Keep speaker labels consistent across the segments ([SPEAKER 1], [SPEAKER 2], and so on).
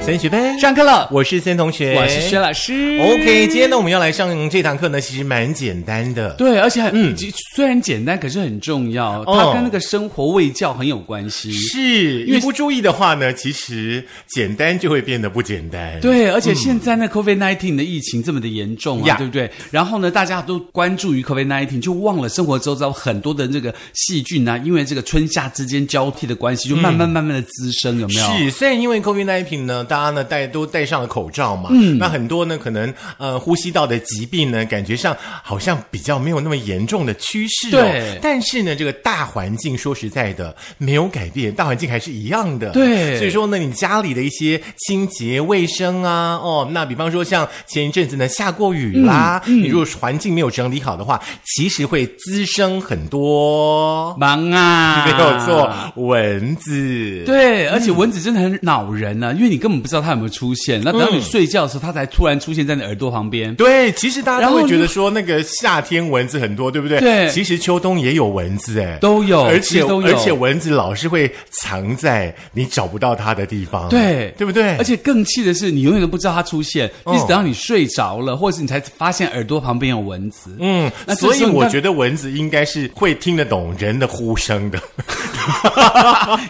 [SPEAKER 1] 森学呗。
[SPEAKER 2] 上课了，
[SPEAKER 1] 我是森同学，
[SPEAKER 2] 我是薛老师。
[SPEAKER 1] 哎 OK，今天呢，我们要来上这堂课呢，其实蛮简单的。
[SPEAKER 2] 对，而且很、
[SPEAKER 1] 嗯
[SPEAKER 2] 虽然简单，可是很重要，它跟那个生活味教很有关系。
[SPEAKER 1] 哦是，一不注意的话呢，其实简单就会变得不简单。，
[SPEAKER 2] 对，而且现在那
[SPEAKER 1] 嗯
[SPEAKER 2] COVID nineteen 的疫情这么的严重啊，
[SPEAKER 1] 呀
[SPEAKER 2] 对不对？然后呢，大家都关注于 COVID nineteen，就忘了生活周遭很多的这个细菌啊，因为这个春夏之间交替的关系，就慢慢慢慢的滋生，有没有？
[SPEAKER 1] 嗯是。虽然因为 COVID 1 9呢，大家呢戴都戴上了口罩嘛，嗯，那很多呢可能呃呼吸道的疾病呢，感觉上好像比较没有那么严重的趋势、哦。
[SPEAKER 2] 对
[SPEAKER 1] 但是呢，这个大环境说实在的没有改变，大环境还是一样的。
[SPEAKER 2] 对
[SPEAKER 1] 所以说呢，你家里的一些清洁卫生啊，哦，那比方说像前一阵子呢下过雨啦，
[SPEAKER 2] 嗯
[SPEAKER 1] 你如果环境没有整理好的话，其实会滋生很多。
[SPEAKER 2] 忙啊，
[SPEAKER 1] 没有错，。蚊子。
[SPEAKER 2] 对，而且蚊子真的很恼人啊呢、因为你根本不知道它有没有出现，那等
[SPEAKER 1] 嗯
[SPEAKER 2] 到你睡觉的时候，它才突然出现在你耳朵旁边。
[SPEAKER 1] 对，其实大家
[SPEAKER 2] 然
[SPEAKER 1] 都
[SPEAKER 2] 后
[SPEAKER 1] 会
[SPEAKER 2] 呢
[SPEAKER 1] 觉得说那个夏天蚊子很多，对不对？
[SPEAKER 2] 对
[SPEAKER 1] 其实秋冬也有蚊子哎，
[SPEAKER 2] 都有
[SPEAKER 1] 而
[SPEAKER 2] 其
[SPEAKER 1] 且
[SPEAKER 2] 实都有
[SPEAKER 1] 而且蚊子老是会藏在你找不到它的地方，
[SPEAKER 2] 对
[SPEAKER 1] 对不对？
[SPEAKER 2] 而且更气的是，你永远都不知道它出现，
[SPEAKER 1] 嗯
[SPEAKER 2] 一直等到你睡着了，或者是你才发现耳朵旁边有蚊子。
[SPEAKER 1] 嗯，
[SPEAKER 2] 那这
[SPEAKER 1] 所以
[SPEAKER 2] 时候你
[SPEAKER 1] 我
[SPEAKER 2] 当
[SPEAKER 1] 觉得蚊子应该是会听得懂人的呼声的，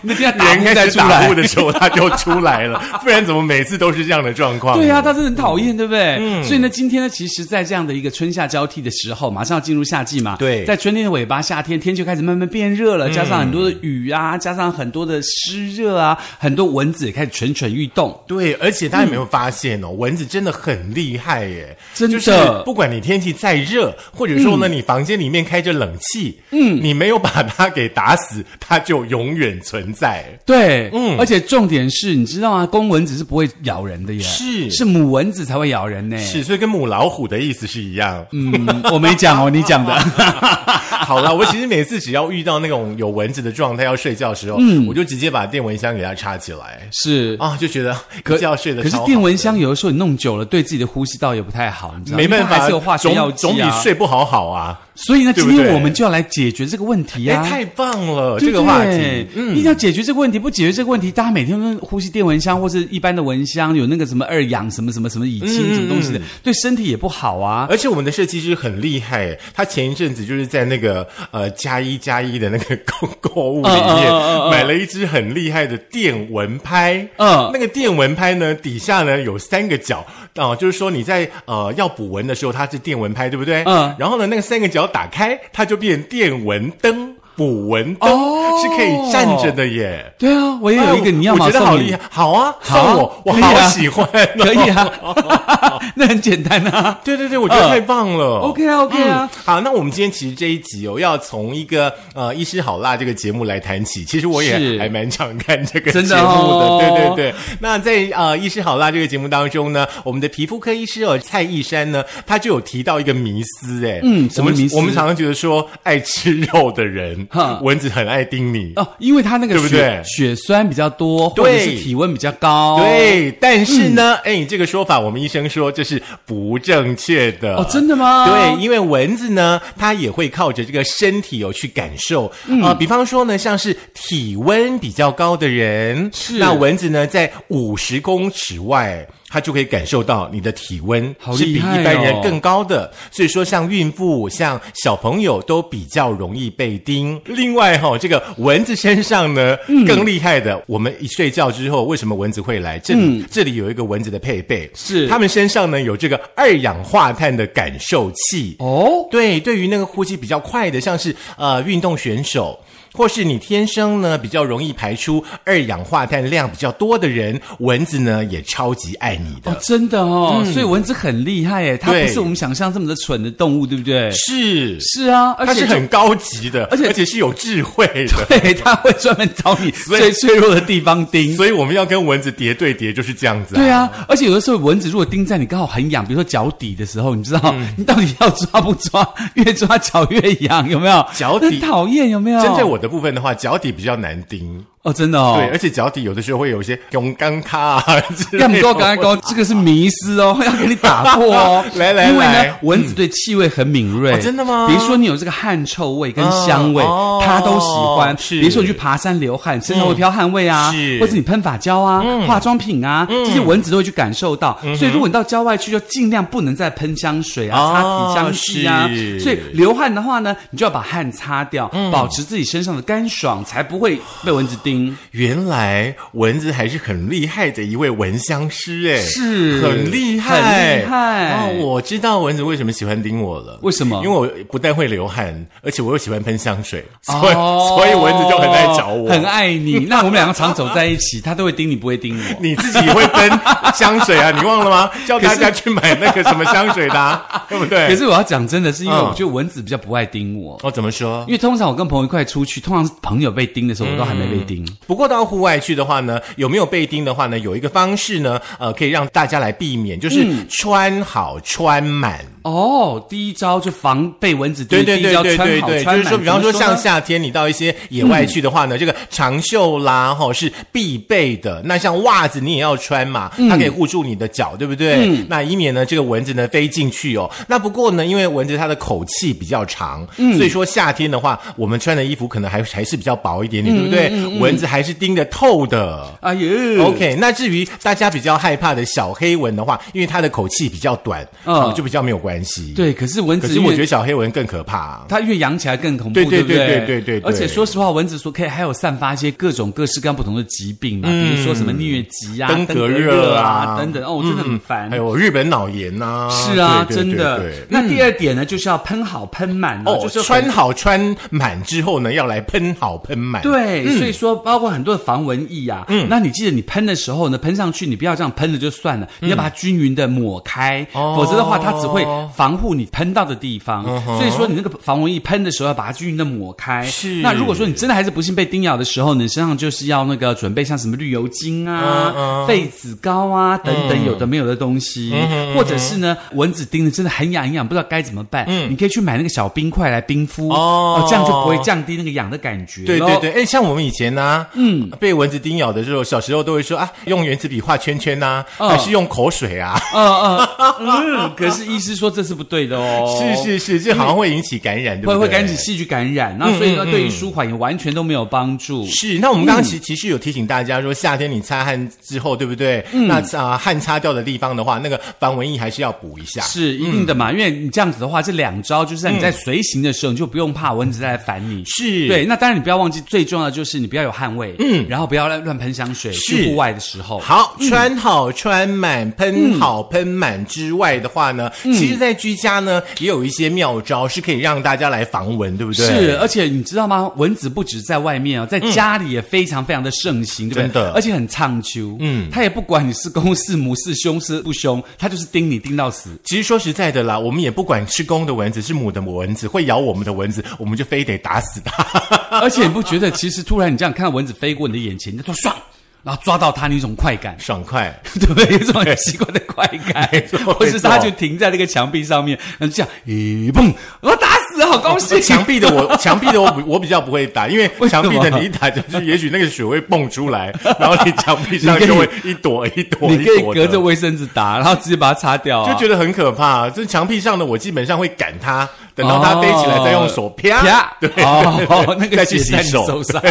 [SPEAKER 2] 那天打
[SPEAKER 1] 人
[SPEAKER 2] 呼
[SPEAKER 1] 开
[SPEAKER 2] 再
[SPEAKER 1] 始
[SPEAKER 2] 出
[SPEAKER 1] 打
[SPEAKER 2] 来
[SPEAKER 1] 呼，的时候它就出来了，不然怎么每次都是这样的状况？
[SPEAKER 2] 对呀、啊，他真的很讨厌，对不对？
[SPEAKER 1] 嗯
[SPEAKER 2] 所以呢，今天呢，其实，在这样的一个春夏交替的时候，马上要进入夏季嘛。
[SPEAKER 1] 对嗯
[SPEAKER 2] 在春天的尾巴，夏天天就开始慢慢变热了，加上很多的雨啊，加上很多的湿热啊，很多蚊子也开始蠢蠢欲动。
[SPEAKER 1] 对，而且大家有没有发现哦，蚊子真的很厉害耶！
[SPEAKER 2] 嗯真的嗯
[SPEAKER 1] 就是不管你天气再热，或者说呢，你房间里面开着冷气，嗯，你没有把它给打死，它就永远存在。
[SPEAKER 2] 对，
[SPEAKER 1] 嗯
[SPEAKER 2] 而且重点是，你知道吗？公蚊子是不会咬人的耶，
[SPEAKER 1] 是
[SPEAKER 2] 是母蚊子才会咬人呢。
[SPEAKER 1] 是，所以跟母老虎的意思是一样。
[SPEAKER 2] 嗯，我没讲哦，你讲的。
[SPEAKER 1] 好啦，我其实每次只要遇到那种有蚊子的状态要睡觉的时候，
[SPEAKER 2] 嗯
[SPEAKER 1] 我就直接把电蚊香给它插起来
[SPEAKER 2] 是，
[SPEAKER 1] 啊，就觉得
[SPEAKER 2] 可
[SPEAKER 1] 一觉睡得
[SPEAKER 2] 可是
[SPEAKER 1] 超好
[SPEAKER 2] 电蚊香有的时候你弄久了，对自己的呼吸道也不太好，你知道吗？
[SPEAKER 1] 没办
[SPEAKER 2] 因为它还
[SPEAKER 1] 法，
[SPEAKER 2] 是有化学药
[SPEAKER 1] 总总
[SPEAKER 2] 剂
[SPEAKER 1] 比
[SPEAKER 2] 啊。
[SPEAKER 1] 睡不好好啊！
[SPEAKER 2] 所以呢，
[SPEAKER 1] 对
[SPEAKER 2] 今
[SPEAKER 1] 不对
[SPEAKER 2] 天我们就要来解决这个问题
[SPEAKER 1] 哎，
[SPEAKER 2] 啊。
[SPEAKER 1] 太棒了，
[SPEAKER 2] 对
[SPEAKER 1] 这
[SPEAKER 2] 不
[SPEAKER 1] 个话
[SPEAKER 2] 对
[SPEAKER 1] 题，嗯
[SPEAKER 2] 一定要解决这个问题。不解决这个问题，大家每天都呼吸电蚊香或是一般的蚊香，有那个什么二氧什么什么什么乙
[SPEAKER 1] 嗯
[SPEAKER 2] 腈
[SPEAKER 1] 嗯
[SPEAKER 2] 什么东西的，对身体也不好啊。
[SPEAKER 1] 而且我们的设计师很厉害耶，他前一阵子就是在那个呃加一加一的那个购 购物里面、
[SPEAKER 2] 嗯嗯嗯嗯嗯
[SPEAKER 1] 买了一支很厉害的电蚊拍。
[SPEAKER 2] 嗯
[SPEAKER 1] 那个电蚊拍呢，底下呢有三个角啊、就是说你在呃要捕蚊的时候，它是电蚊拍，对不对？
[SPEAKER 2] 嗯
[SPEAKER 1] 然后呢，那个三个角打开，它就变电蚊灯。捕蚊灯、
[SPEAKER 2] 哦
[SPEAKER 1] 是可以站着的耶。
[SPEAKER 2] 对啊，我也有一个，
[SPEAKER 1] 哎
[SPEAKER 2] 你要
[SPEAKER 1] 我
[SPEAKER 2] 吗？
[SPEAKER 1] 觉得
[SPEAKER 2] 送
[SPEAKER 1] 好
[SPEAKER 2] 你
[SPEAKER 1] 厉害，，好啊，送
[SPEAKER 2] 好啊
[SPEAKER 1] 我，我
[SPEAKER 2] 可以啊
[SPEAKER 1] 好喜欢、 哦。
[SPEAKER 2] 可 以啊， 那很简单啊。
[SPEAKER 1] 对对对，我觉得
[SPEAKER 2] 嗯
[SPEAKER 1] 太棒了。
[SPEAKER 2] OK 啊，OK 啊，
[SPEAKER 1] 嗯好，那我们今天其实这一集哦，要从一个呃《医师好辣》这个节目来谈起。其实我
[SPEAKER 2] 是
[SPEAKER 1] 也还蛮常看这个节
[SPEAKER 2] 真
[SPEAKER 1] 目
[SPEAKER 2] 的
[SPEAKER 1] 的，
[SPEAKER 2] 哦
[SPEAKER 1] 对对对。那在呃《医师好辣》这个节目当中呢，我们的皮肤科医师哦蔡义山呢，他就有提到一个迷思，哎，
[SPEAKER 2] 嗯什
[SPEAKER 1] 我
[SPEAKER 2] 么
[SPEAKER 1] 们
[SPEAKER 2] 迷思
[SPEAKER 1] 我们常常觉得说，爱吃肉的人
[SPEAKER 2] 哈，
[SPEAKER 1] 蚊子很爱叮你。
[SPEAKER 2] 哦，因为它那个
[SPEAKER 1] 对不
[SPEAKER 2] 血
[SPEAKER 1] 对
[SPEAKER 2] 血栓比较多，或
[SPEAKER 1] 对
[SPEAKER 2] 者是体温比较高，。
[SPEAKER 1] 对，但是呢，哎、
[SPEAKER 2] 嗯
[SPEAKER 1] 这个说法我们医生说这是不正确的
[SPEAKER 2] 哦，真的吗？
[SPEAKER 1] 对，因为蚊子呢，它也会靠着这个身体有、去感受。
[SPEAKER 2] 嗯
[SPEAKER 1] 呃，比方说呢，像是体温比较高的人，
[SPEAKER 2] 是
[SPEAKER 1] 那蚊子呢，在五十公尺外。它就可以感受到你的体温
[SPEAKER 2] 好
[SPEAKER 1] 是比一
[SPEAKER 2] 厉害哦
[SPEAKER 1] 般人更高的，所以说像孕妇、像小朋友都比较容易被叮。另外哈、这个蚊子身上呢、
[SPEAKER 2] 嗯
[SPEAKER 1] 更厉害的，我们一睡觉之后，为什么蚊子会来？这里、这里有一个蚊子的配备，
[SPEAKER 2] 嗯是
[SPEAKER 1] 它们身上呢有这个二氧化碳的感受器。
[SPEAKER 2] 哦，
[SPEAKER 1] 对，对于那个呼吸比较快的，像是呃运动选手。或是你天生呢比较容易排出二氧化碳量比较多的人，蚊子呢也超级爱你的。
[SPEAKER 2] 哦，真的哦，所以蚊子很厉害耶，它不
[SPEAKER 1] 嗯对
[SPEAKER 2] 是我们想象这么的蠢的动物，对不对？
[SPEAKER 1] 是，
[SPEAKER 2] 是啊，而
[SPEAKER 1] 它
[SPEAKER 2] 且
[SPEAKER 1] 是 很高级的，
[SPEAKER 2] 而且
[SPEAKER 1] 而且是有智慧的。
[SPEAKER 2] 对，它会专门找你
[SPEAKER 1] 以
[SPEAKER 2] 最脆弱的地方叮。
[SPEAKER 1] 所以我们要跟蚊子叠对叠就是这样子、
[SPEAKER 2] 对，啊，而且有的时候蚊子如果叮在你刚好很痒，比如说脚底的时候，你知道、
[SPEAKER 1] 嗯
[SPEAKER 2] 你到底要抓不抓？越抓脚越痒，有没有？
[SPEAKER 1] 脚底
[SPEAKER 2] 很讨厌，有没有？
[SPEAKER 1] 针对我的部分的话，脚底比较难叮。
[SPEAKER 2] 哦，真的哦，
[SPEAKER 1] 对，而且脚底有的时候会有一些勇刚卡啊之类
[SPEAKER 2] 要么
[SPEAKER 1] 的。。
[SPEAKER 2] 高，赶快高，这个是迷思哦， 要给你打破哦
[SPEAKER 1] 来来
[SPEAKER 2] 因为呢
[SPEAKER 1] 来，
[SPEAKER 2] 蚊子对气味很敏锐，
[SPEAKER 1] 哦真的吗
[SPEAKER 2] 比如说你有这个汗臭味跟香味
[SPEAKER 1] 哦，
[SPEAKER 2] 它都喜欢。
[SPEAKER 1] 是嗯
[SPEAKER 2] 比如说你去爬山流汗，身上会飘汗味啊
[SPEAKER 1] 是，嗯
[SPEAKER 2] 或者你喷发胶啊、化妆品啊，这些蚊子都会去感受到。所以如果你到郊外去，就尽量不能再喷香水啊、擦
[SPEAKER 1] 哦
[SPEAKER 2] 体香剂啊
[SPEAKER 1] 是。嗯
[SPEAKER 2] 所以流汗的话呢，你就要把汗擦掉，保持自己身上的干爽，才不会被蚊子叮。
[SPEAKER 1] 原来蚊子还是很厉害的一位蚊香师，哎，
[SPEAKER 2] 是
[SPEAKER 1] 很厉害，
[SPEAKER 2] 很厉害
[SPEAKER 1] 哦，我知道蚊子为什么喜欢叮我了，
[SPEAKER 2] 为什么
[SPEAKER 1] 因为我不但会流汗，而且我又喜欢喷香水， 所以、
[SPEAKER 2] 哦
[SPEAKER 1] 所以蚊子就很爱找我。
[SPEAKER 2] 很爱你。那我们两个常走在一起，他都会盯你，不会 盯我。
[SPEAKER 1] 你自己也会喷香水啊？你忘了 吗？叫大家去买那个什么香水的、啊，对不对？
[SPEAKER 2] 可是我要讲真的，是因为
[SPEAKER 1] 嗯
[SPEAKER 2] 我觉得蚊子比较不爱盯我，
[SPEAKER 1] 哦，怎么说
[SPEAKER 2] 因？为通常我跟朋友一块出去，通常是朋友被盯的时候，我都还没
[SPEAKER 1] 嗯
[SPEAKER 2] 被盯。
[SPEAKER 1] 不过到户外去的话呢，有没有被叮的话呢？有一个方式呢，呃，可以让大家来避免，
[SPEAKER 2] 嗯
[SPEAKER 1] 就是穿好穿满。
[SPEAKER 2] 哦，第一招就防被蚊子
[SPEAKER 1] 对
[SPEAKER 2] 叮，
[SPEAKER 1] 对
[SPEAKER 2] 第一
[SPEAKER 1] 对
[SPEAKER 2] 招
[SPEAKER 1] 对
[SPEAKER 2] 穿
[SPEAKER 1] 对
[SPEAKER 2] 好
[SPEAKER 1] 对，就
[SPEAKER 2] 穿
[SPEAKER 1] 是
[SPEAKER 2] 满。
[SPEAKER 1] 说，比方说
[SPEAKER 2] 怎么
[SPEAKER 1] 像
[SPEAKER 2] 呢嗯
[SPEAKER 1] 夏天你到一些野外去的话呢，这个长袖啦，哈、是必备的。那像袜子你也要穿嘛，
[SPEAKER 2] 嗯
[SPEAKER 1] 它可以护住你的脚，对不对？那以免呢这个蚊子呢飞进去哦。那不过呢，因为蚊子它的口气比较长，
[SPEAKER 2] 嗯
[SPEAKER 1] 所以说夏天的话，我们穿的衣服可能还还是比较薄一点
[SPEAKER 2] 嗯
[SPEAKER 1] 点，对不对？蚊子还是叮得透的。
[SPEAKER 2] 哎呦
[SPEAKER 1] OK，那至于大家比较害怕的小黑蚊的话，因为它的口气比较短，
[SPEAKER 2] 嗯
[SPEAKER 1] 哦就比较没有关系。，
[SPEAKER 2] 对，可是蚊
[SPEAKER 1] 可
[SPEAKER 2] 子，
[SPEAKER 1] 是我觉得。小黑蚊更可怕、
[SPEAKER 2] 它越扬起来更恐怖，
[SPEAKER 1] 对对
[SPEAKER 2] 对
[SPEAKER 1] 对
[SPEAKER 2] 不
[SPEAKER 1] 对对对对
[SPEAKER 2] 而且说实话，蚊子说可以还有散发一些各种各式各样不同的疾病嘛，比如说什么疟疾啊、
[SPEAKER 1] 嗯登革
[SPEAKER 2] 革
[SPEAKER 1] 热啊嗯
[SPEAKER 2] 啊等等。哦，我真的很烦。
[SPEAKER 1] 还有日本脑炎呐、
[SPEAKER 2] 是啊，
[SPEAKER 1] 对对
[SPEAKER 2] 真
[SPEAKER 1] 对
[SPEAKER 2] 的
[SPEAKER 1] 对。
[SPEAKER 2] 那第二点呢，就是要喷好喷满哦，
[SPEAKER 1] 哦
[SPEAKER 2] 就是，很
[SPEAKER 1] 穿。好穿满之后呢，要来喷好喷满。，
[SPEAKER 2] 对，所以说包括很多的防蚊液啊，嗯，那你记得你喷的时候呢，喷上去你不要这样喷了就算了，你要把它均匀的抹开，
[SPEAKER 1] 嗯哦嗯
[SPEAKER 2] 否则的话它只会防护你喷到的地方。所以说你那个防蚊液喷的时候要把它均匀的抹开。
[SPEAKER 1] 是
[SPEAKER 2] 那如果说你真的还是不幸被叮咬的时候，你身上就是要那个准备像什么绿油精啊、
[SPEAKER 1] 嗯
[SPEAKER 2] 痱子膏啊等等有的没有的东西，或者是呢蚊子叮的真的很痒很痒，不知道该怎么办，你可以去买那个小冰块来冰敷
[SPEAKER 1] 嗯哦
[SPEAKER 2] 这样就不会降低那个痒的感觉。
[SPEAKER 1] 对对对。哎，像我们以前呢、嗯，被蚊子叮咬的时候，小时候都会说啊，用原子笔画圈圈呐、
[SPEAKER 2] 嗯
[SPEAKER 1] 还是用口水啊？。
[SPEAKER 2] 嗯嗯嗯，可是医师说这是不对的 哦
[SPEAKER 1] 是是是，这好像会引起感染，对不
[SPEAKER 2] 会
[SPEAKER 1] 对？
[SPEAKER 2] 会引起细菌感染，那所以呢，
[SPEAKER 1] 嗯嗯
[SPEAKER 2] 对于舒缓也完全都没有帮助。
[SPEAKER 1] 是，那我们刚刚
[SPEAKER 2] 嗯
[SPEAKER 1] 其其实有提醒大家说，夏天你擦汗之后，对不对？
[SPEAKER 2] 嗯
[SPEAKER 1] 那啊、汗擦掉的地方的话，那个防蚊液还是要补一下。
[SPEAKER 2] 是一定的嘛，因为你这样子的话，这两招就是让你在随行的时候，你就不用怕蚊子再来烦你。
[SPEAKER 1] 是
[SPEAKER 2] 对，那当然你不要忘记，最重要的就是你不要有汗味，嗯，然后不要乱乱喷香水。
[SPEAKER 1] 是
[SPEAKER 2] 去户外的时候，
[SPEAKER 1] 好，穿好穿满，喷好喷满之外的话呢，
[SPEAKER 2] 嗯
[SPEAKER 1] 其实，在居家呢也有一些妙招是可以让大家来防蚊，对不对？
[SPEAKER 2] 是，而且你知道吗？蚊子不止在外面啊、哦，在家里也非常非常的盛行，对不
[SPEAKER 1] 真
[SPEAKER 2] 对？
[SPEAKER 1] 的
[SPEAKER 2] 而且很畅秋。嗯，它也不管你是公是母是凶是不凶，它就是叮你叮到死。
[SPEAKER 1] 其实说实在的啦，我们也不管是公的蚊子是母的蚊子，会咬我们的蚊子，我们就非得打死 它。。
[SPEAKER 2] 而且你不觉得，其实突然你这样看到蚊子飞过你的眼前，你就说爽，然后抓到它，你有一种快感
[SPEAKER 1] 爽快，
[SPEAKER 2] 对不对？有一种很奇怪的快感
[SPEAKER 1] 没错，
[SPEAKER 2] 或
[SPEAKER 1] 没
[SPEAKER 2] 是
[SPEAKER 1] 错
[SPEAKER 2] 它就停在那个墙壁上面，然后这样，咦嘣，我打死了，好 高兴！
[SPEAKER 1] 墙壁的我，墙壁的我不，我比较不会打，因为
[SPEAKER 2] 为什
[SPEAKER 1] 墙
[SPEAKER 2] 么
[SPEAKER 1] 壁的你一打，就是也许那个血会蹦出 来，然后你墙壁上
[SPEAKER 2] 你可以
[SPEAKER 1] 就会一朵一朵
[SPEAKER 2] 你
[SPEAKER 1] 一
[SPEAKER 2] 可以
[SPEAKER 1] 朵
[SPEAKER 2] 隔
[SPEAKER 1] 的
[SPEAKER 2] 着卫生纸打，然后直接把它擦掉、啊，
[SPEAKER 1] 就觉得很可怕。这墙壁上的我基本上会赶它，等到
[SPEAKER 2] 哦
[SPEAKER 1] 它飞起来再用手啪
[SPEAKER 2] 啪，
[SPEAKER 1] 啊对，
[SPEAKER 2] 哦， 那
[SPEAKER 1] 再
[SPEAKER 2] 个
[SPEAKER 1] 去
[SPEAKER 2] 血
[SPEAKER 1] 洗
[SPEAKER 2] 在你
[SPEAKER 1] 手
[SPEAKER 2] 手上。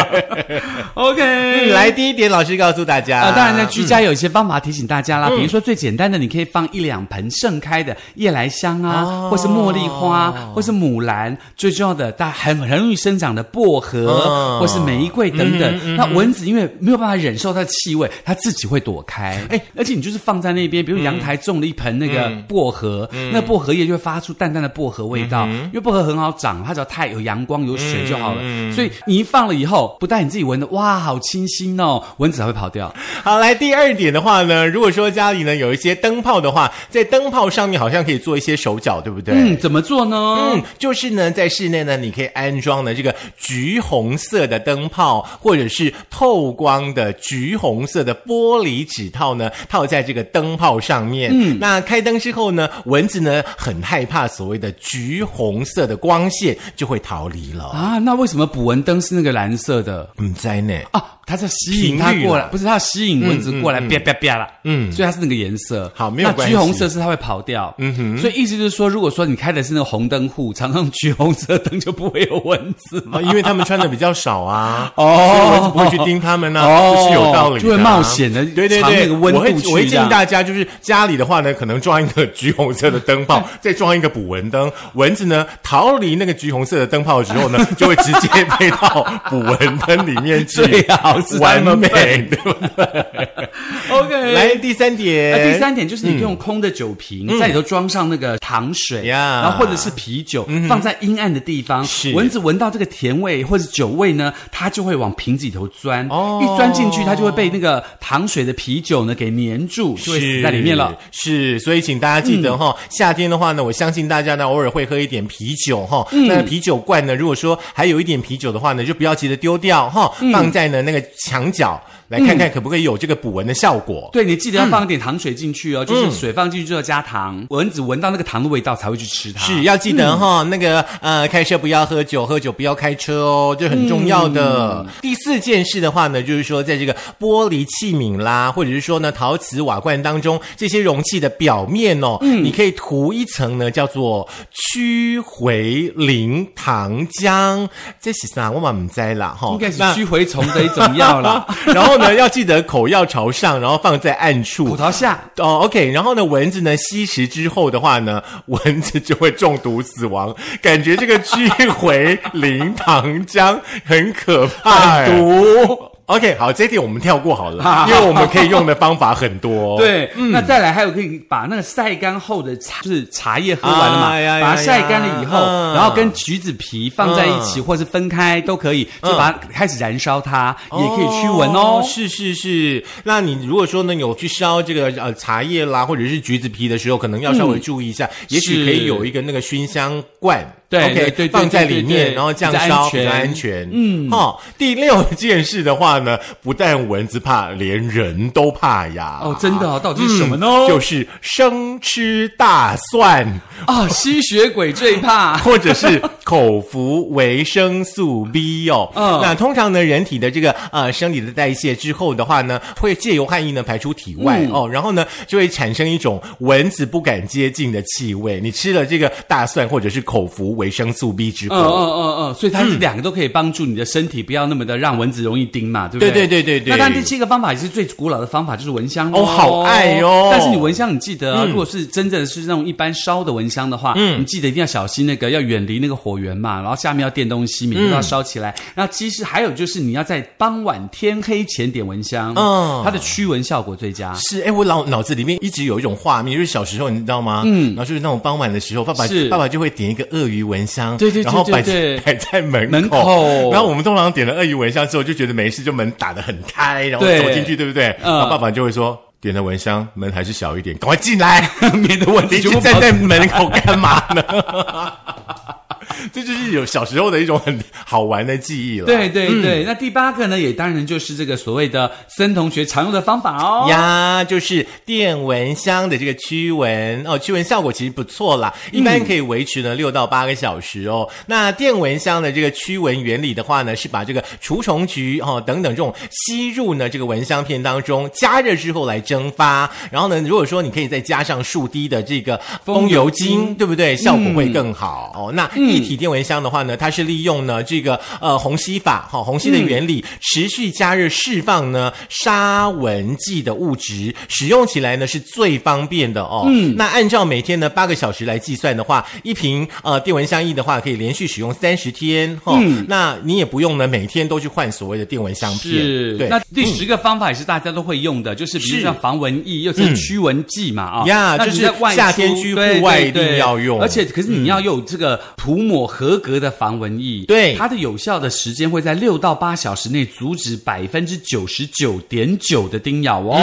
[SPEAKER 2] OK，
[SPEAKER 1] 嗯 来第一点，老师告诉大家，
[SPEAKER 2] 啊，当然呢，居家有一些方法提醒大家啦，比如说最简单的，你可以放一两盆盛开的夜来香啊，或是茉莉花，或是木兰，最重要的，大很很容易生长的薄荷、
[SPEAKER 1] 哦
[SPEAKER 2] 或是玫瑰等等。那蚊子因为没有办法忍受它的气味，它自己会躲开。哎，而且你就是放在那边，比如阳台种了一盆那个薄荷，那薄荷叶就会发出淡淡的薄荷味道，因为薄荷很好长，它只要太有阳光有水就好了。所以你一放了以后，不但你自己闻的哇，好清新哦，蚊子还会跑掉。
[SPEAKER 1] 好，来第二点的话呢，如果说家里呢有一些灯泡的话，在灯泡上面好像可以做一些手脚，对不对？
[SPEAKER 2] 嗯，怎么做呢？
[SPEAKER 1] 嗯，就是呢，在室内呢，你可以安装呢这个橘红色的灯泡，或者是透光的橘红色的玻璃纸套呢，套在这个灯泡上面。嗯，那开灯之后呢，蚊子呢很害怕所谓的橘红色的光线，就会逃离了。
[SPEAKER 2] 啊，那为什么捕蚊灯是那个蓝色的
[SPEAKER 1] 嗯，灾呢？
[SPEAKER 2] 啊？它在吸引它
[SPEAKER 1] 频率
[SPEAKER 2] 过
[SPEAKER 1] 啦
[SPEAKER 2] 来，不是它吸引蚊子过来，啪啪啪啦。
[SPEAKER 1] 嗯
[SPEAKER 2] 嗯，所以它是那个颜色。
[SPEAKER 1] 好没有
[SPEAKER 2] 那
[SPEAKER 1] 关
[SPEAKER 2] 橘
[SPEAKER 1] 系
[SPEAKER 2] 红色是它会跑掉。嗯哼，所以意思就是说，如果说你开的是那个红灯户，常常橘红色灯就不会有蚊子嘛。
[SPEAKER 1] 啊，因为他们穿的比较少 啊，
[SPEAKER 2] 哦
[SPEAKER 1] 所以蚊子不会去叮他们呢、啊，
[SPEAKER 2] 哦
[SPEAKER 1] 这是有道理的啊、
[SPEAKER 2] 就会冒险地
[SPEAKER 1] 对对
[SPEAKER 2] 藏
[SPEAKER 1] 对，
[SPEAKER 2] 那个温
[SPEAKER 1] 我会
[SPEAKER 2] 度去啊
[SPEAKER 1] 我会建
[SPEAKER 2] 这
[SPEAKER 1] 议
[SPEAKER 2] 样
[SPEAKER 1] 大家，就是家里的话呢，可能装一个橘红色的灯 泡，再装一个捕蚊灯，蚊子呢逃离那个橘红色的灯泡之后 呢，就会直接飞到捕蚊灯里面去，
[SPEAKER 2] 最好是他
[SPEAKER 1] 完
[SPEAKER 2] 们
[SPEAKER 1] 美，
[SPEAKER 2] 笨
[SPEAKER 1] 对不对？哦
[SPEAKER 2] OK，
[SPEAKER 1] 来第三点，
[SPEAKER 2] 那哎第三点就是你用空的酒瓶，在里头装上那个糖水，
[SPEAKER 1] 嗯呀嗯
[SPEAKER 2] 然后或者是啤酒，放在阴暗的地方
[SPEAKER 1] 是，
[SPEAKER 2] 蚊子闻到这个甜味或者酒味呢，它就会往瓶子里头钻。
[SPEAKER 1] 哦
[SPEAKER 2] 一钻进去，它就会被那个糖水的啤酒呢给粘住，就会死在里面了。嗯
[SPEAKER 1] 是，是所以请大家记得哈、夏天的话呢，我相信大家呢偶尔会喝一点啤酒哈、
[SPEAKER 2] 嗯
[SPEAKER 1] 那啤酒罐呢，如果说还有一点啤酒的话呢，就不要急着丢掉哈、
[SPEAKER 2] 嗯
[SPEAKER 1] 放在呢那个墙角，来看看可不可以有这个补蚊的效果。
[SPEAKER 2] 对，你记得要放一点糖水进去
[SPEAKER 1] 嗯
[SPEAKER 2] 哦，就是水放进去之后加糖，蚊子闻到那个糖的味道才会去吃它。
[SPEAKER 1] 是要记得
[SPEAKER 2] 嗯
[SPEAKER 1] 哈、那个呃，开车不要喝酒，喝酒不要开车哦，这很重要
[SPEAKER 2] 嗯
[SPEAKER 1] 的。第四件事的话呢，就是说在这个玻璃器皿啦，或者是说呢陶瓷瓦罐当中，这些容器的表面哦，
[SPEAKER 2] 嗯
[SPEAKER 1] 你可以涂一层呢叫做曲回磷糖浆，这是啥？我嘛唔知啦哈，
[SPEAKER 2] 应该是
[SPEAKER 1] 那
[SPEAKER 2] 驱蛔虫的一种药啦，
[SPEAKER 1] 然后呢，要记得口要朝上，然后放在暗处
[SPEAKER 2] 葡。萄下。
[SPEAKER 1] 哦，OK，然后呢，蚊子呢吸食之后的话呢， 蚊子就会中毒死亡，感觉这个聚回零糖浆很可怕、
[SPEAKER 2] 很
[SPEAKER 1] 毒。OK，好，这一点我们跳过好了，因为我们可以用的方法很多。。
[SPEAKER 2] 对，那再来还有可以把那个晒干后的茶，就是茶叶喝完了嘛，
[SPEAKER 1] 啊呀嗯
[SPEAKER 2] 把它
[SPEAKER 1] 呀
[SPEAKER 2] 晒干了以后，
[SPEAKER 1] 呀
[SPEAKER 2] 然后跟橘子皮放在一起，或是分开都可以，就把它开始燃烧它，也可以驱蚊哦。
[SPEAKER 1] 嗯是是是，那你如果说呢有去烧这个呃茶叶啦，或者是橘子皮的时候，可能要稍
[SPEAKER 2] 嗯
[SPEAKER 1] 微注意一下，也许
[SPEAKER 2] 是
[SPEAKER 1] 可以有一个那个熏香罐。
[SPEAKER 2] 对
[SPEAKER 1] o
[SPEAKER 2] 对
[SPEAKER 1] k
[SPEAKER 2] 对对
[SPEAKER 1] 放在里
[SPEAKER 2] 对对
[SPEAKER 1] 面，
[SPEAKER 2] 对
[SPEAKER 1] 然后这样
[SPEAKER 2] 比较
[SPEAKER 1] 烧
[SPEAKER 2] 安
[SPEAKER 1] 比较
[SPEAKER 2] 全
[SPEAKER 1] 安全。嗯，哦，第六件事的话呢，不但蚊子怕，连人都怕呀。
[SPEAKER 2] 哦，真 的哦，到底是什么呢？
[SPEAKER 1] 嗯就是生吃大蒜，
[SPEAKER 2] 啊，吸血鬼最怕。
[SPEAKER 1] 或者是口服维生素 B 哦。
[SPEAKER 2] 嗯
[SPEAKER 1] 那通常呢，人体的这个呃生理的代谢之后的话呢，会借由汗液呢排出体外、
[SPEAKER 2] 嗯
[SPEAKER 1] 哦，然后呢就会产生一种蚊子不敢接近的气味。你吃了这个大蒜或者是口服维生素 B 之后。
[SPEAKER 2] 嗯嗯嗯嗯，所以它是两个都可以帮助你的身体，不要那么的让蚊子容易叮嘛，对不对？
[SPEAKER 1] 对对对对对
[SPEAKER 2] 那当然，第七个方法也是最古老的方法，就是蚊香咯
[SPEAKER 1] 哦好爱哟
[SPEAKER 2] 但是你蚊香，你记得、啊，如果是真正是那种一般烧的蚊香的话，你记得一定要小心那个，要远离那个火源嘛，然后下面要垫东西，每天都要烧起来。那其实还有就是，你要在傍晚天黑前点蚊香，
[SPEAKER 1] 嗯
[SPEAKER 2] 它的驱蚊效果最佳。
[SPEAKER 1] 是，哎，我脑脑子里面一直有一种画面，就是小时候，你知道吗？嗯，然后就是那种傍晚的时候，爸爸
[SPEAKER 2] 是
[SPEAKER 1] 爸爸就会点一个鳄鱼蚊香，
[SPEAKER 2] 对对对
[SPEAKER 1] 然后摆
[SPEAKER 2] 对 对
[SPEAKER 1] 摆在门口，
[SPEAKER 2] 门口
[SPEAKER 1] 然后我们通常点了鳄鱼蚊香之后，就觉得没事，就门打得很开，然后
[SPEAKER 2] 对
[SPEAKER 1] 走进去，对不对？
[SPEAKER 2] 嗯
[SPEAKER 1] 然后爸爸就会说。点了蚊香，门还是小一点，赶快进 来，免得我你
[SPEAKER 2] 全部
[SPEAKER 1] 站在门口干嘛 呢？ 这就是有小时候的一种很好玩的记忆了。
[SPEAKER 2] 对对对，那第八个呢，也当然就是这个所谓的森同学常用的方法哦。
[SPEAKER 1] 呀，就是电蚊香的这个驱蚊哦，驱蚊效果其实不错啦，一般可以维持呢六到八个小时哦。那电蚊香的这个驱蚊原理的话呢，是把这个除虫菊哦等等这种吸入呢这个蚊香片当中，加热之后来蒸发。然后呢，如果说你可以再加上数滴的这个风
[SPEAKER 2] 风
[SPEAKER 1] 油
[SPEAKER 2] 油
[SPEAKER 1] 精，对不对？效果会更好、
[SPEAKER 2] 嗯
[SPEAKER 1] 哦。那一体电蚊香的话呢，它是利用呢这个呃虹吸法哈、虹吸的原理，
[SPEAKER 2] 嗯
[SPEAKER 1] 持续加热释放呢杀蚊剂的物质，使用起来呢是最方便的哦。嗯，那按照每天呢八个小时来计算的话，一瓶呃电蚊香液的话可以连续使用三十天哈、哦
[SPEAKER 2] 嗯
[SPEAKER 1] 那你也不用呢每天都去换所谓的电蚊香片，
[SPEAKER 2] 是，
[SPEAKER 1] 对。嗯
[SPEAKER 2] 那第十个方法也是大家都会用的，就是比
[SPEAKER 1] 是嗯
[SPEAKER 2] 如像防蚊液，又是驱蚊剂嘛啊，
[SPEAKER 1] 呀
[SPEAKER 2] 那你
[SPEAKER 1] 就是
[SPEAKER 2] 在外
[SPEAKER 1] 夏
[SPEAKER 2] 出
[SPEAKER 1] 天去
[SPEAKER 2] 对
[SPEAKER 1] 户外
[SPEAKER 2] 对
[SPEAKER 1] 一定
[SPEAKER 2] 对
[SPEAKER 1] 要用嗯
[SPEAKER 2] 而且可是你要有这个涂抹合格的防蚊液，
[SPEAKER 1] 对
[SPEAKER 2] 它的有效的时间会在六到八小时内阻止百分之九十九点九的叮咬哦，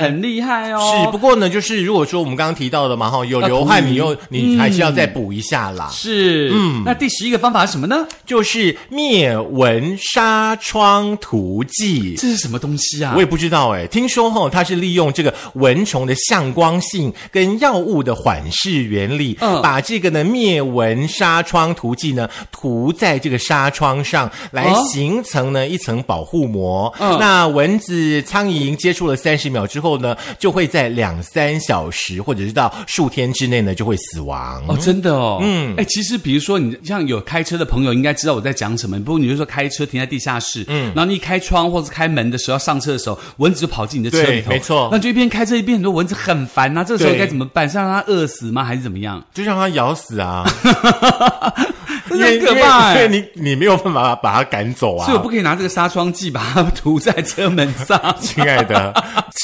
[SPEAKER 2] 很厉害哦。
[SPEAKER 1] 嗯是，不过呢，就是如果说我们刚刚提到的嘛，哈，有
[SPEAKER 2] 要
[SPEAKER 1] 流
[SPEAKER 2] 涂
[SPEAKER 1] 汗，
[SPEAKER 2] 匀
[SPEAKER 1] 你又你还是
[SPEAKER 2] 嗯
[SPEAKER 1] 要再补一下啦。
[SPEAKER 2] 是，嗯，那第十一个方法是什么呢？
[SPEAKER 1] 就是灭蚊纱窗涂剂。
[SPEAKER 2] 这是什么东西啊？
[SPEAKER 1] 我也不知道哎，听说吼、它是利用这个蚊虫的向光性跟药物的缓释原理，
[SPEAKER 2] 嗯
[SPEAKER 1] 把这个呢灭蚊纱窗涂剂呢涂在这个纱窗上，来
[SPEAKER 2] 哦
[SPEAKER 1] 形成呢一层保护膜。
[SPEAKER 2] 嗯
[SPEAKER 1] 那蚊子、苍蝇接触了三十秒之后呢，就会在两三小时或者是到数天之内呢就会死亡。
[SPEAKER 2] 哦，真的哦，嗯，哎、其实比如说你像有开车的朋友，应该知道我在讲什么。不过你就说开车停在地下室，嗯，然后你一开窗或是开门的时候，要上车的时候，蚊子就跑进你的车里头，
[SPEAKER 1] 对没错
[SPEAKER 2] 那就一边开车一边很多蚊子，很烦呐、这个时候
[SPEAKER 1] 对
[SPEAKER 2] 该怎么办？是让它饿死吗？还是怎 么样？
[SPEAKER 1] 就让它咬死啊！
[SPEAKER 2] 真的很可怕哎、
[SPEAKER 1] 因为因为你 你没有办法把它赶走啊。
[SPEAKER 2] 所以 我不可以拿这个纱窗剂把它涂在车门上。
[SPEAKER 1] 亲爱的，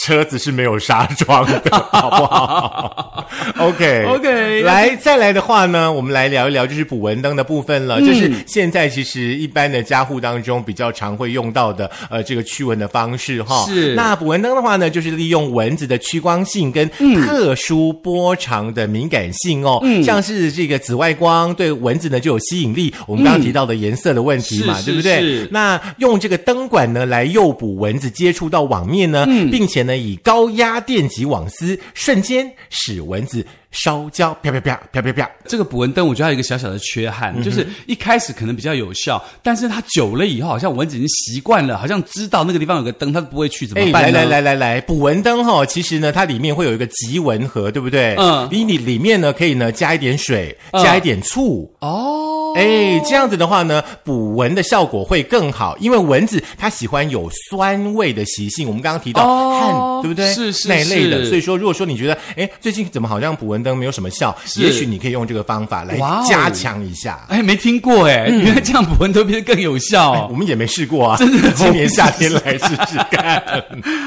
[SPEAKER 1] 车子是没有纱窗 的，好不好？OK
[SPEAKER 2] OK，
[SPEAKER 1] 来再来的话呢，我们来聊一聊就是补蚊灯的部分了，
[SPEAKER 2] 嗯
[SPEAKER 1] 就是现在其实一般的家户当中比较常会用到的呃这个驱蚊的方式哈。
[SPEAKER 2] 是
[SPEAKER 1] 那补蚊灯的话呢，就是利用蚊子的趋光性跟
[SPEAKER 2] 嗯
[SPEAKER 1] 特殊波长的敏感性哦，像是这个紫外光对蚊子呢就有吸引力，我们
[SPEAKER 2] 嗯
[SPEAKER 1] 刚刚提到的颜色的问题嘛，
[SPEAKER 2] 是
[SPEAKER 1] 对不
[SPEAKER 2] 是
[SPEAKER 1] 对？
[SPEAKER 2] 是
[SPEAKER 1] 那用这个灯管呢来诱捕蚊子接触到网面呢，
[SPEAKER 2] 嗯
[SPEAKER 1] 并且呢以高压电极网丝瞬间使蚊子烧焦，啪啪啪啪啪啪。
[SPEAKER 2] 这个捕蚊灯，我觉得它有一个小小的缺憾，
[SPEAKER 1] 嗯
[SPEAKER 2] 就是一开始可能比较有效，但是它久了以后，好像蚊子已经习惯了，好像知道那个地方有个灯，它不会去，怎么办
[SPEAKER 1] 哎来
[SPEAKER 2] 呢？
[SPEAKER 1] 来来来来，捕蚊灯哈、其实呢，它里面会有一个集蚊盒，对不对？
[SPEAKER 2] 嗯
[SPEAKER 1] 你你里面呢可以呢加一点水，
[SPEAKER 2] 嗯
[SPEAKER 1] 加一点醋，
[SPEAKER 2] 哦，
[SPEAKER 1] 哎，这样子的话呢，捕蚊的效果会更好，因为蚊子它喜欢有酸味的习性。我们刚刚提到汗，
[SPEAKER 2] 哦
[SPEAKER 1] 对不对？
[SPEAKER 2] 是是
[SPEAKER 1] 那一类的。
[SPEAKER 2] 是
[SPEAKER 1] 所以说，如果说你觉得，哎，最近怎么好像捕蚊灯没有什么效，也许你可以用这个方法来
[SPEAKER 2] 哇哦
[SPEAKER 1] 加强一下。
[SPEAKER 2] 哎，没听过哎，原来这样捕蚊灯变得更有效、
[SPEAKER 1] 我们也没试过啊，今年夏天来试试 看。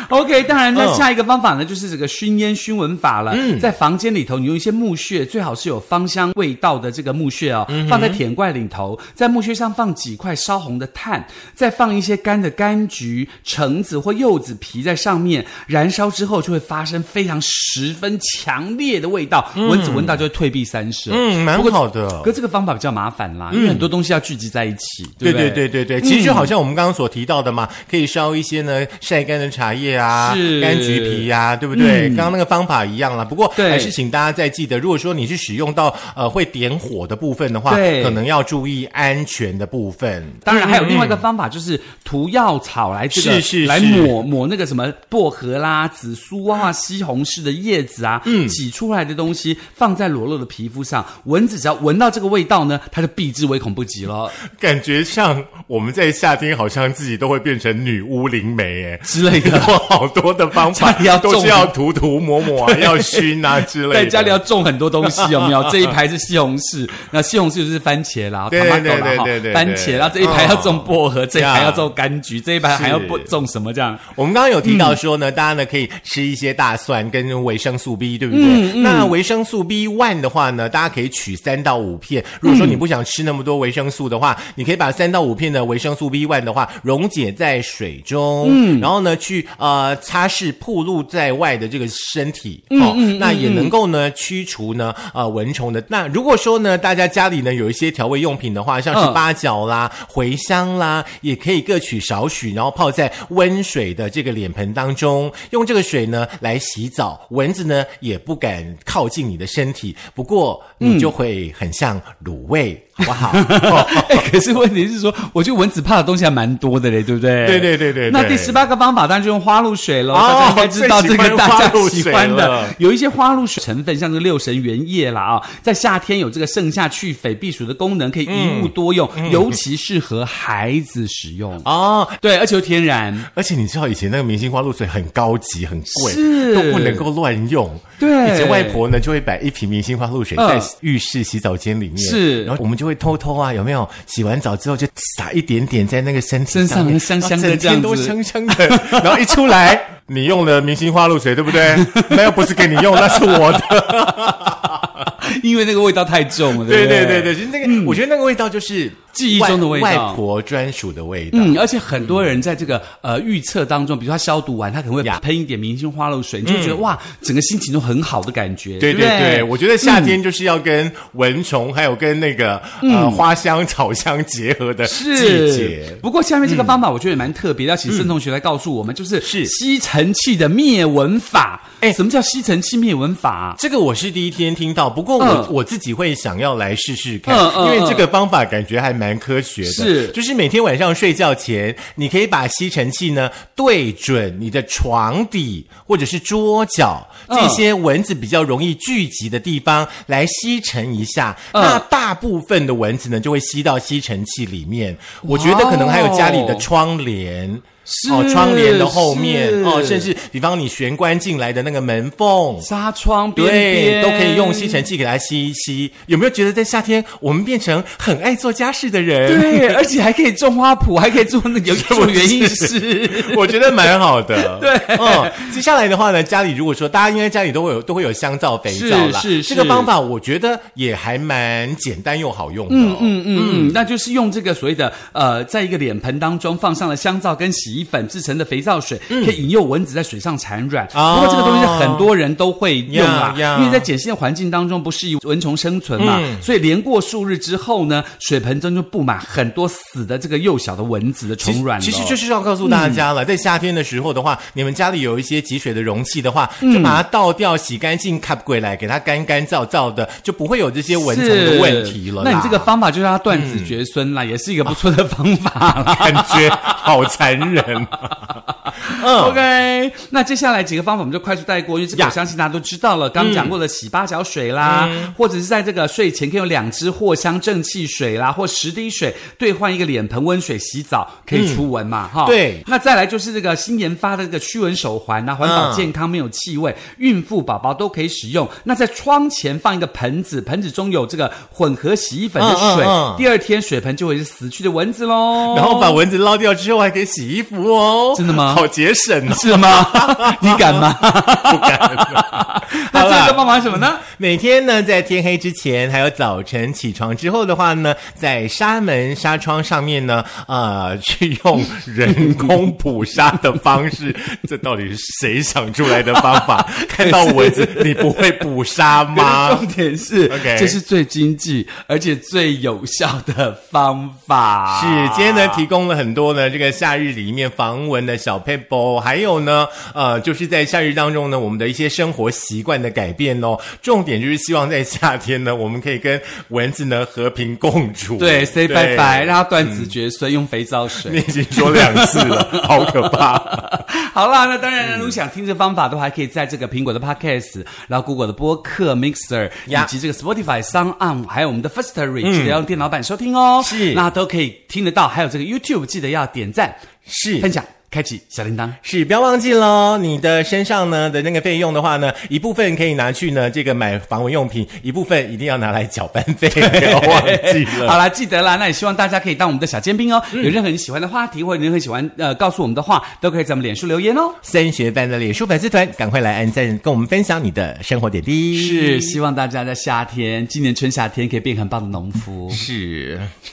[SPEAKER 2] OK，当然，那
[SPEAKER 1] 嗯
[SPEAKER 2] 下一个方法呢，就是这个熏烟熏蚊法了。在房间里头，你用一些木屑，最好是有芳香味道的这个木屑哦，放在铁罐里头，在木屑上放几块烧红的炭，再放一些干的柑橘、橙子或柚子皮在上面，燃烧之后就会发生非常十分强烈的味道，蚊子闻到就会退避三舍。
[SPEAKER 1] 嗯，蛮
[SPEAKER 2] 不过
[SPEAKER 1] 好的。
[SPEAKER 2] 可这个方法比较麻烦啦，因为很多东西要聚集在一起，对不
[SPEAKER 1] 对
[SPEAKER 2] 嗯对？嗯
[SPEAKER 1] 对对对，其实就好像我们刚刚所提到的嘛，可以烧一些呢晒干的茶叶啊、
[SPEAKER 2] 是嗯
[SPEAKER 1] 柑橘皮呀、对不对？刚刚那个方法一样啦。不过
[SPEAKER 2] 对
[SPEAKER 1] 还是请大家再记得，如果说你是使用到呃会点火的部分的话，
[SPEAKER 2] 对
[SPEAKER 1] 可能要注意安全的部分。
[SPEAKER 2] 当然还有另外一个方法，就是涂药草来这个
[SPEAKER 1] 是是
[SPEAKER 2] 来
[SPEAKER 1] 是
[SPEAKER 2] 抹抹那个什么薄荷啦、紫苏啊、西红柿的叶子啊，嗯，挤出来的东西放在裸露的皮肤上，蚊子只要闻到这个味道呢，它就避之唯恐不及了
[SPEAKER 1] 嗯感觉上我们在夏天好像自己都会变成女巫灵媒哎。
[SPEAKER 2] 之类
[SPEAKER 1] 有
[SPEAKER 2] 的。
[SPEAKER 1] 好多的方法
[SPEAKER 2] 家里要，种
[SPEAKER 1] 都是要涂涂抹抹 啊，要熏啊之类的。
[SPEAKER 2] 在家里要种很多东西，有没有？这一排是西红柿， 那西红柿就是番茄啦，哦
[SPEAKER 1] 对
[SPEAKER 2] tomato
[SPEAKER 1] 对
[SPEAKER 2] 啦
[SPEAKER 1] 对
[SPEAKER 2] 哈
[SPEAKER 1] 对对
[SPEAKER 2] 番茄，然后这一排要种薄荷，这一排
[SPEAKER 1] 呀
[SPEAKER 2] 要种柑橘，这一排还要
[SPEAKER 1] 是
[SPEAKER 2] 不种什么这样？
[SPEAKER 1] 我们刚刚有提到说呢，大家呢可以吃一些大蒜跟维生素 B，对不对？那维生素 B one 的话呢，大家可以取三到五片。如果说你不想吃那么多维生素的话，你可以把三到五片的维生素 B one 的话溶解在水中，嗯，然后呢去呃擦拭暴露在外的这个身体，哦，那也能够呢驱除呢呃蚊虫的。那如果说呢大家家里呢有一些调味用品的话，像是
[SPEAKER 2] 嗯
[SPEAKER 1] 八角啦、茴香啦，也可以各取少许，然后泡在温水的这个脸盆当中，用这个水呢来洗澡，蚊子呢也不敢靠近你的身体。不过你就会很像卤味，好 不好？
[SPEAKER 2] 哎、可是问题是说，我觉得蚊子怕的东西还蛮多的嘞，对不对？
[SPEAKER 1] 对对对对对
[SPEAKER 2] 那第十八个方法当然就用花露水喽，
[SPEAKER 1] 哦
[SPEAKER 2] 大家应该知道这个大家喜欢
[SPEAKER 1] 最喜欢花露水了
[SPEAKER 2] 的，有一些花露水成分，像这个六神原液啦啊、在夏天有这个盛夏去痱避暑的功能，可以
[SPEAKER 1] 嗯
[SPEAKER 2] 一物多用，尤其适合孩子使用。
[SPEAKER 1] 哦，
[SPEAKER 2] 对，而且又天然。
[SPEAKER 1] 而且你知道以前那个明星花露水很高级、很贵，
[SPEAKER 2] 是
[SPEAKER 1] 都不能够乱用。
[SPEAKER 2] 对
[SPEAKER 1] 以前外婆呢就会摆一瓶明星花露水在
[SPEAKER 2] 嗯
[SPEAKER 1] 浴室洗澡间里面，
[SPEAKER 2] 是
[SPEAKER 1] 然后我们就会偷偷啊，有没有？洗完澡之后就撒一点点在那个身体
[SPEAKER 2] 身
[SPEAKER 1] 上面，
[SPEAKER 2] 上香香的
[SPEAKER 1] 然后整
[SPEAKER 2] 这
[SPEAKER 1] 天
[SPEAKER 2] 样子
[SPEAKER 1] 都香香的，然后一出来。你用了明星花露水，对不对？ 那又不是给你用，那是我的。
[SPEAKER 2] 因为那个味道太重了，
[SPEAKER 1] 对 对
[SPEAKER 2] 对不
[SPEAKER 1] 对对，就是那个，我觉得那个味道就是
[SPEAKER 2] 记忆中的味道
[SPEAKER 1] 外外婆专属的味道。
[SPEAKER 2] 嗯，而且很多人在这个呃预测当中，比如说他消毒完，他可能会
[SPEAKER 1] 呀嗯
[SPEAKER 2] 喷一点明星花露水，你就觉得哇，整个心情都很好的感觉。
[SPEAKER 1] 对
[SPEAKER 2] 不
[SPEAKER 1] 对对，我觉得夏天就是要跟蚊虫，还有跟那个、呃花香、草香结合的季
[SPEAKER 2] 是
[SPEAKER 1] 节，。嗯
[SPEAKER 2] 不过下面这个方法我觉得也蛮特别的，要请孙同学来告诉我们，就是
[SPEAKER 1] 是
[SPEAKER 2] 吸尘器的灭蚊法。
[SPEAKER 1] 哎
[SPEAKER 2] 什么叫吸尘器灭蚊法？
[SPEAKER 1] 这个我是第一天听到，不过我、
[SPEAKER 2] 嗯
[SPEAKER 1] 我自己会想要来试试看，
[SPEAKER 2] 嗯嗯
[SPEAKER 1] 因为这个方法感觉还蛮科学的。
[SPEAKER 2] 是
[SPEAKER 1] 就是每天晚上睡觉前，你可以把吸尘器呢对准你的床底或者是桌角
[SPEAKER 2] 嗯
[SPEAKER 1] 这些蚊子比较容易聚集的地方来吸尘一下，
[SPEAKER 2] 嗯
[SPEAKER 1] 那大部分的蚊子呢就会吸到吸尘器里面。我觉得可能还有家里的窗帘。
[SPEAKER 2] 哦是
[SPEAKER 1] 哦，窗帘的后面
[SPEAKER 2] 是
[SPEAKER 1] 哦，甚至比方你玄关进来的那个门缝，
[SPEAKER 2] 纱窗边
[SPEAKER 1] 对，
[SPEAKER 2] 边
[SPEAKER 1] 都可以用吸。尘器给它吸一吸。有没有觉得在夏天我们变成很爱做家事的人？
[SPEAKER 2] 对，而且还可以种花圃，还可以做那个有做园 艺师。
[SPEAKER 1] 我觉得蛮好 的。对，嗯，接下来的话呢，家里如果说大家应该家里都会有都会有香皂、肥皂啦，
[SPEAKER 2] 是是
[SPEAKER 1] 这个
[SPEAKER 2] 是
[SPEAKER 1] 方法我觉得也还蛮简单又好用的、哦。嗯
[SPEAKER 2] 嗯嗯嗯，那就是用这个所谓的呃，在一个脸盆当中放上了香皂跟洗衣粉制成的肥皂水，可以引诱蚊子在水上产卵。
[SPEAKER 1] 嗯哦
[SPEAKER 2] 不过这个东西很多人都会用啊，
[SPEAKER 1] 呀呀
[SPEAKER 2] 因为在碱性的环境当中不适宜蚊虫生存嘛，
[SPEAKER 1] 嗯
[SPEAKER 2] 所以连过数日之后呢，水盆中就布满很多死的这个幼小的蚊子的哦嗯
[SPEAKER 1] 其
[SPEAKER 2] 虫卵
[SPEAKER 1] 其实
[SPEAKER 2] 了
[SPEAKER 1] 就是要告诉大家了，在夏天的时候的话，你们家里有一些集水的容器的话，
[SPEAKER 2] 嗯
[SPEAKER 1] 就把它倒掉、洗干净、卡过来，给它干干燥燥的，就不会有这些蚊虫的问题了啦。嗯
[SPEAKER 2] 是那你这个方法就让它断子绝孙啦，也是一个不错的方法啦。
[SPEAKER 1] 感觉好残忍、 嗯，
[SPEAKER 2] OK，那接下来几个方法我们就快速带过，因为这个
[SPEAKER 1] 呀
[SPEAKER 2] 我相信大家都知道了。刚刚讲过的洗八角水啦，
[SPEAKER 1] 嗯
[SPEAKER 2] 或者是在这个睡前可以用两支藿香正气水啦，或十滴水兑换一个脸盆温水洗澡，可以除蚊嘛，哈、
[SPEAKER 1] 嗯对
[SPEAKER 2] 那再来就是这个新研发的这个驱蚊手环啊，环保健康没有气味，孕妇宝宝都可以使用。那在窗前放一个盆子，盆子中有这个混合洗衣粉的
[SPEAKER 1] 嗯嗯
[SPEAKER 2] 水，
[SPEAKER 1] 嗯
[SPEAKER 2] 第二天水盆就会是死去的蚊子喽。
[SPEAKER 1] 然后把蚊子捞掉之后，还可以洗衣服哦。
[SPEAKER 2] 真的吗，
[SPEAKER 1] 好节省哦
[SPEAKER 2] 是吗？ 你敢吗？
[SPEAKER 1] 不敢了。
[SPEAKER 2] 那
[SPEAKER 1] 好
[SPEAKER 2] 这
[SPEAKER 1] 啦
[SPEAKER 2] 个方法是什么呢？
[SPEAKER 1] 每天呢，在天黑之前，还有早晨起床之后的话呢，在纱门、纱窗上面呢，呃， 去用人工捕杀的方式，这到底是谁想出来的方 法？看到蚊子，你不会捕杀吗？
[SPEAKER 2] 重点是
[SPEAKER 1] OK
[SPEAKER 2] 这是最经济而且最有效的方法。
[SPEAKER 1] 是，今天呢提供了很多呢这个夏日里面防蚊的小 p a p e 还有呢呃就是在夏日当中呢我们的一些生活习惯的改变哦，重点就是希望在夏天呢我们可以跟蚊子呢和平共处。
[SPEAKER 2] 对，say 拜拜，让它断子绝孙，用肥皂水
[SPEAKER 1] 你。已经说两次了，好可怕。
[SPEAKER 2] 好啦，那当然了，如果想听这方法的话，还可以在这个苹果的 Podcast，然后 Google 的播客 Mixer，以
[SPEAKER 1] 呀嗯
[SPEAKER 2] 及这个 Spotify、s o n On，还有我们的 Firstory，记得要用电脑版收听哦。
[SPEAKER 1] 是
[SPEAKER 2] 那都可以听得到。还有这个 YouTube，记得要点赞、
[SPEAKER 1] 是
[SPEAKER 2] 分享、开启小铃铛。
[SPEAKER 1] 是，不要忘记喽，你的身上呢的那个费用的话呢，一部分可以拿去呢这个买防蚊用品，一部分一定要拿来缴班 费，不要忘记了。嗯
[SPEAKER 2] 好啦，记得啦。那也希望大家可以当我们的小尖兵哦。有任何你喜欢的话题，或者任何喜欢呃告诉我们的话，都可以在我们脸书留言哦。
[SPEAKER 1] 三学班的脸书粉丝团，赶快来按赞，跟我们分享你的生活点滴。
[SPEAKER 2] 是，希望大家在夏天，今年春夏天可以变很棒的农夫。
[SPEAKER 1] 是，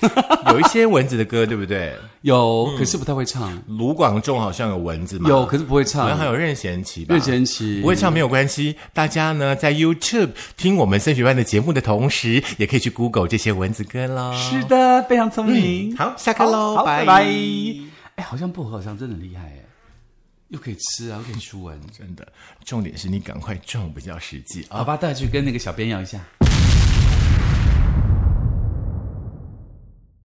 [SPEAKER 1] 有一些蚊子的歌，对不对？嗯
[SPEAKER 2] 有，可是不太会唱。
[SPEAKER 1] 卢广仲好像有蚊子嘛，
[SPEAKER 2] 有，，可是不会
[SPEAKER 1] 好嗯像还
[SPEAKER 2] 唱。
[SPEAKER 1] 有任贤齐吧？
[SPEAKER 2] 任贤齐
[SPEAKER 1] 不会唱没有关系，大家呢在 YouTube 听我们升学班的节目的同时，也可以去 Google 这些蚊子歌喽。
[SPEAKER 2] 是的，非常聪明。
[SPEAKER 1] 嗯好，下课喽，
[SPEAKER 2] 好
[SPEAKER 1] 拜
[SPEAKER 2] 拜拜。哎，好像薄荷好像真的很厉害哎，又可以吃啊，又可以驱蚊。
[SPEAKER 1] 真的，重点是你赶快种比较实际啊。
[SPEAKER 2] 好吧，带去跟那个小编要一下。